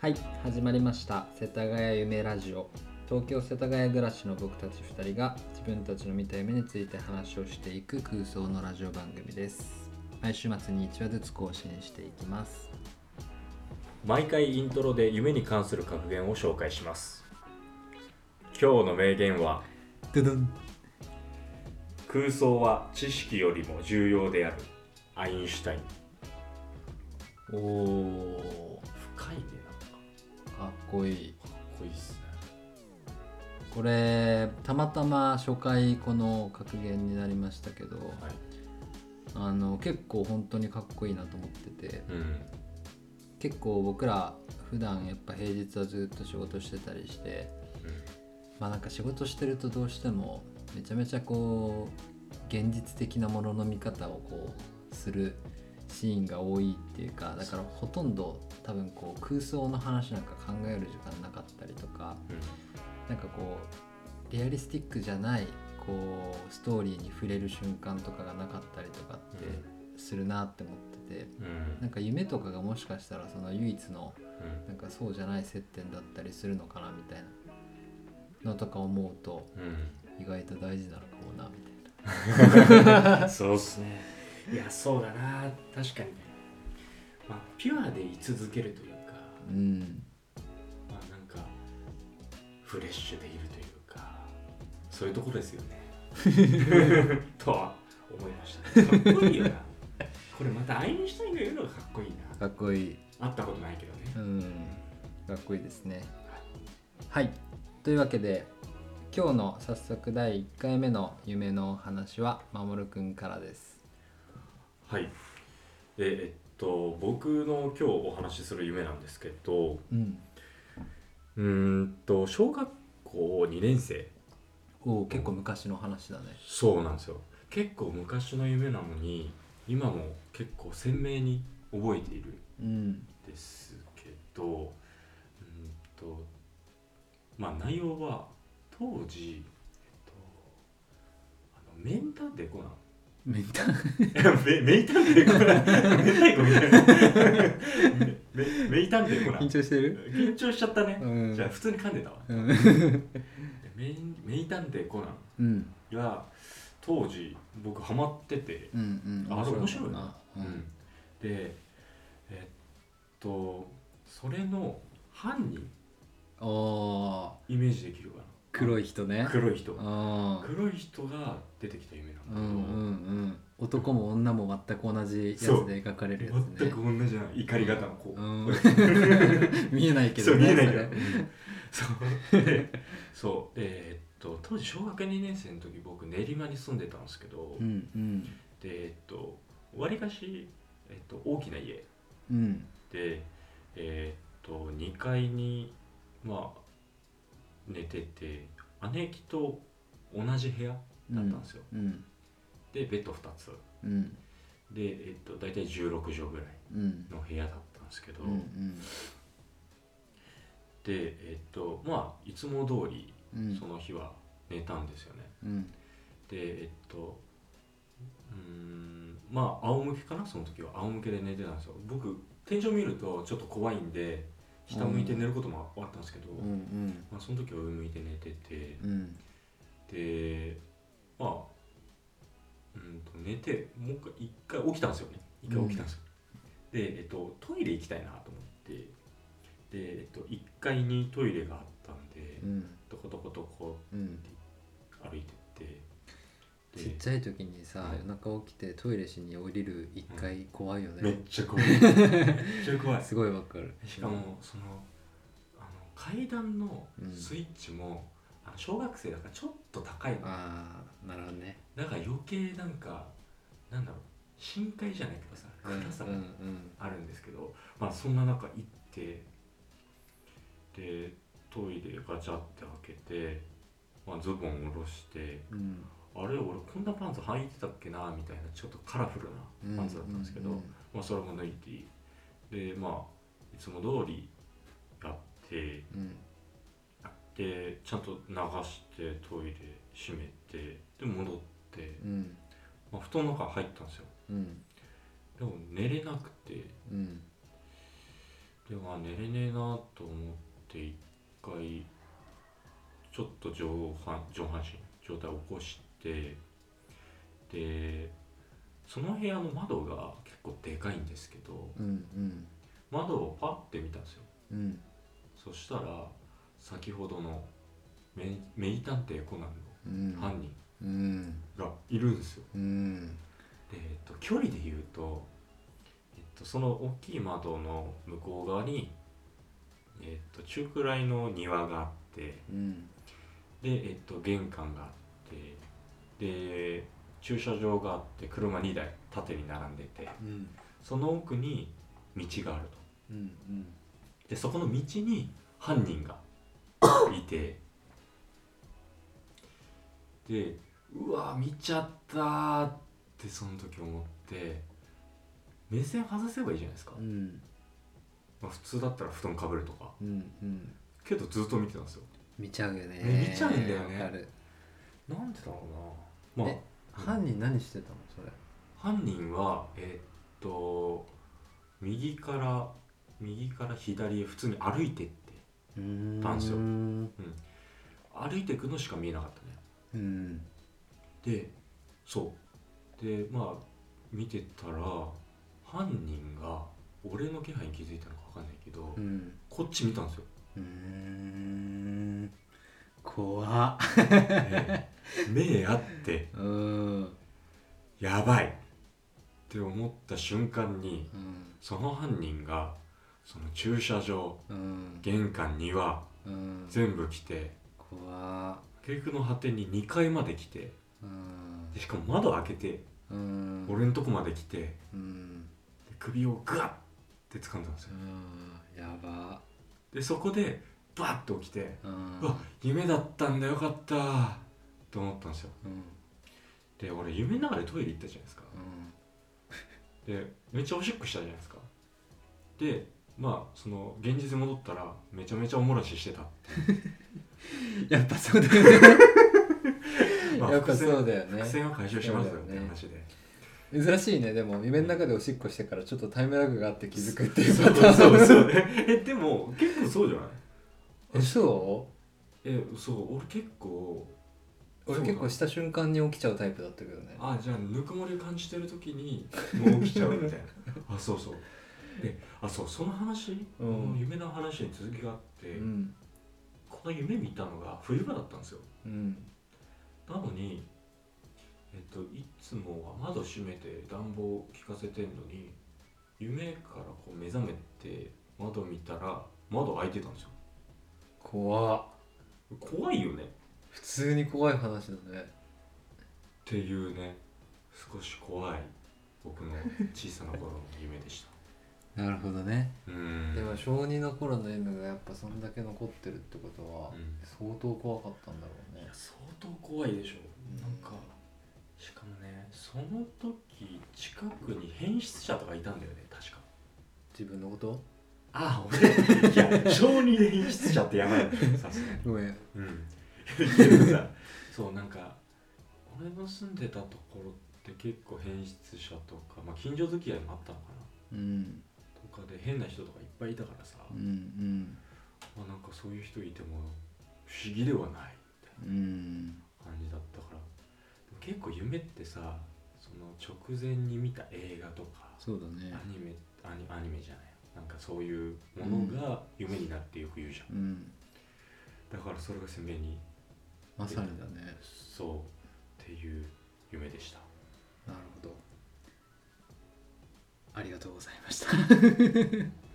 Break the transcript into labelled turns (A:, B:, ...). A: はい始まりました世田谷夢ラジオ東京世田谷暮らしの僕たち2人が自分たちの見た夢について話をしていく空想のラジオ番組です毎週末に1話ずつ更新していきます
B: 毎回イントロで夢に関する格言を紹介します今日の名言は
A: ドゥドゥン
B: 空想は知識よりも重要であるアインシュタイン
A: おお
B: 深いね
A: かっこいい
B: なんかかっこいいっすね
A: これたまたま初回この格言になりましたけど
B: はい
A: あの結構本当にかっこいいなと思ってて
B: うん
A: 結構僕ら普段やっぱ平日はずっと仕事してたりしてまあなんか仕事してるとどうしてもめちゃめちゃこう現実的なものの見方をこうするシーンが多いっていうかだからほとんど多分こう空想の話なんか考える時間なかったりとか
B: う
A: なんかこうリアリスティックじゃないこうストーリーに触れる瞬間とかがなかったりとかってするなって思ってて。
B: んうん
A: なんか夢とかがもしかしたらその唯一の
B: うん
A: なんかそうじゃない接点だったりするのかなみたいなのとか思うと意外と大事なのかもなみたいな
B: うん そうっすねいやそうだな確かにね、まあ、ピュアで居続けるというか
A: うん
B: まあなんかフレッシュでいるというかそういうとこですよ ねとは思いましたかっこいいよなこれまたアインシュタインが言うのがかっこいい
A: かっこいい
B: な会ったことないけどね
A: うんかっこいいですねはいというわけで今日の早速第1回目の夢のお話はまもるくんからです
B: はいでえっと僕の今日お話しする夢なんですけど
A: うん
B: うーんと小学校2年生
A: おお結構昔の話だね
B: そうなんですよ結構昔の夢なのに今も結構鮮明に覚えている
A: うん
B: ですけどうんとまあ内容は当時、えっと、あの名探偵コナン
A: メンタル
B: め名探偵コナン名探偵コみたいなめめ名探偵コナン
A: 緊張してる
B: 緊張しちゃったね、
A: うん
B: じゃあ普通に噛んでたわ
A: うん
B: 名名探偵コナ
A: うん
B: ンが当時僕ハマってて、
A: うんうん
B: あれ面白
A: もん
B: いなうんでえっとそれの犯人
A: ああ
B: イメージできるかな
A: 黒い人ね
B: 黒い人
A: あー
B: 黒い人が出てきた夢
A: うんう
B: なんだ
A: んうん男も女も全く同じやつ
B: そう
A: で描かれ
B: け
A: るや
B: ど、
A: つ
B: 全
A: ね
B: く同じじゃない怒り方の子、
A: うん見えないけ
B: そ
A: ど
B: う見えないけど
A: それ
B: そうでそうえーっと当時小学2年生の時僕練馬に住んでたんですけど、
A: う
B: で
A: んうん
B: えーっとわりかし、えーっと大きな家
A: うん
B: でえーっと2階にまあ寝てて姉貴と同じ部屋だったんですよ、
A: うん
B: でベッド2つ
A: うん
B: で、えーっと大体16畳ぐらい
A: うん
B: の部屋だったんですけど、
A: うん
B: でえっとまあいつも通り
A: うん
B: その日は寝たんですよね、
A: うん
B: でえっとうーんまあ仰向けかなその時は仰向けで寝てたんですよ僕天井見るとちょっと怖いんで下向いて寝ることもあったんですけど、
A: うんうん
B: まあ、その時は上向いて寝てて
A: うん
B: でまあうんと寝てもう一回一回起きたんですよね一回起きたんですよ、で、えっと、トイレ行きたいなと思ってで、えっと、1階にトイレがあったんで、
A: うん
B: とことことこ
A: うん
B: 歩いてって
A: ち
B: で
A: っちゃい時にさ
B: うん
A: 夜中起きてトイレしに降りる一回怖いよ
B: め
A: ね
B: っちゃ怖いめっち ゃ怖い
A: すごいわかる
B: しかもそのあの階段の
A: うん
B: スイッチも、あの小学生だからちょっと高いの
A: ああなるほどね
B: だから余計なんかなんだろう深海じゃないけどさ
A: うんうん
B: 暗さが
A: うん
B: あるんですけど、まあそんな中行ってでトイレガチャって開けて、まあ、ズボン下ろして
A: うん
B: あれ俺こんなパンツ履いてたっけなみたいなちょっとカラフルなパンツだったんですけど、
A: うう
B: まあ、それも抜いてでまあいつも通りやって
A: うん
B: でちゃんと流してトイレ閉めてで戻って、
A: うん
B: まあ、布団の中入ったんですよ
A: うん
B: でも寝れなくて
A: うん
B: でまあ寝れねえなと思って一回ちょっと上半上半身状態を起こしてでその部屋の窓が結構でかいんですけど
A: うん
B: 窓をパッて見たんですよ
A: うんうん
B: そしたら先ほどの名名探偵コナン
A: うん
B: の犯人
A: うん
B: がいるんですよ
A: うん
B: でえっと、距離で言うと、えっと、その大きい窓の向こう側に、えっと、中くらいの庭があって
A: うん
B: で、えっと、玄関があってで駐車場があって車2台縦に並んでて
A: うん
B: その奥に道があると
A: うんうん
B: でそこの道に犯人がいてでうわ見ちゃったーってその時思って目線外せばいいじゃないですか、
A: うん
B: まあ、普通だったら布団かぶるとか
A: うんうん
B: けどずっと見てたんですよ
A: 見ちゃうよね
B: ね見ちゃうんだよね
A: わかる
B: なんでだろうなまあ
A: え犯人何してたのそれ
B: 犯人はえーっと右から右から左へ普通に歩いてって
A: うん
B: パンショ
A: うん
B: 歩いていくのしか見えなかったね
A: うん
B: でそうでまあ見てたら犯人が俺の気配に気づいたのか分かんないけど、
A: うん
B: こっち見たんですよ、
A: うん怖っ
B: ね 目あって
A: うんうん
B: やばいって思った瞬間にその犯人がその駐車場
A: うん
B: 玄関庭
A: うん
B: 全部来て
A: 怖っ
B: 結局の果てに2階まで来て
A: うん
B: でしかも窓開けて
A: うん
B: 俺のとこまで来てで
A: うん
B: 首をグワッて掴んだんですよ
A: うんやば
B: でそこでバッと起きて
A: うん
B: うわ夢だったんだよかったと思ったんですよ
A: うん
B: で俺夢の中でトイレ行ったじゃないですかでめっちゃおしっこしたじゃないですかでまあその現実に戻ったらめちゃめちゃおもらししてた、
A: うんやっぱそうだよね
B: まあ、
A: やっぱそう
B: 伏
A: だよ
B: 線
A: ね
B: 伏線は解消しますよ
A: そうだ
B: ね
A: よね
B: 話で
A: 珍しいねでも夢の中でおしっこしてからちょっとタイムラグがあって気づくっていう
B: そう
A: パターン
B: そう そうえでも結構そうじゃない
A: えそ
B: えそう俺結構
A: う俺結構した瞬間に起きちゃうタイプだったけどね
B: あじゃあぬくもり感じてる時にもう起きちゃうみたい なあそうそうであそうその話、
A: うん
B: 夢の話に続きがあって、
A: うん
B: この夢見たのが冬場だったんですよ
A: うん
B: なのにえっといつもは窓閉めて暖房を効かせてんのに夢からこう目覚めて窓見たら窓開いてたんですよ
A: 怖っ
B: 怖いよねっ
A: 普通に怖い話だね
B: ていうね少し怖い僕の小さな頃の夢で した
A: なるほどね
B: うーん
A: でも小2の頃の夢がやっぱそんだけ残ってるってことは
B: うん
A: 相当怖かったんだろう
B: い
A: ね
B: や相当怖いでしょ、
A: うん
B: なんかしかもねその時近くに変質者とかいたんだよね確か
A: 自分のこと
B: ああ俺い や小児で変質者ってやばいよさすがに
A: ごめん
B: うんでもさ そうなんか俺の住んでたところって結構変質者とか、まあ、近所付き合いもあったのかな
A: うん
B: とかで変な人とかいっぱいいたからさ、
A: うん
B: まあ、なんかそういう人いても不思議ではないみたいな
A: うんうん
B: 感じだったからでも結構夢ってさその直前に見た映画とか
A: そうだね
B: アニメアニアニメじゃないなんかそういうものが夢になってよく言うじゃん、
A: うん
B: だからそれが鮮明に
A: まさにだね
B: そうっていう夢でした
A: なるほどありがとうございました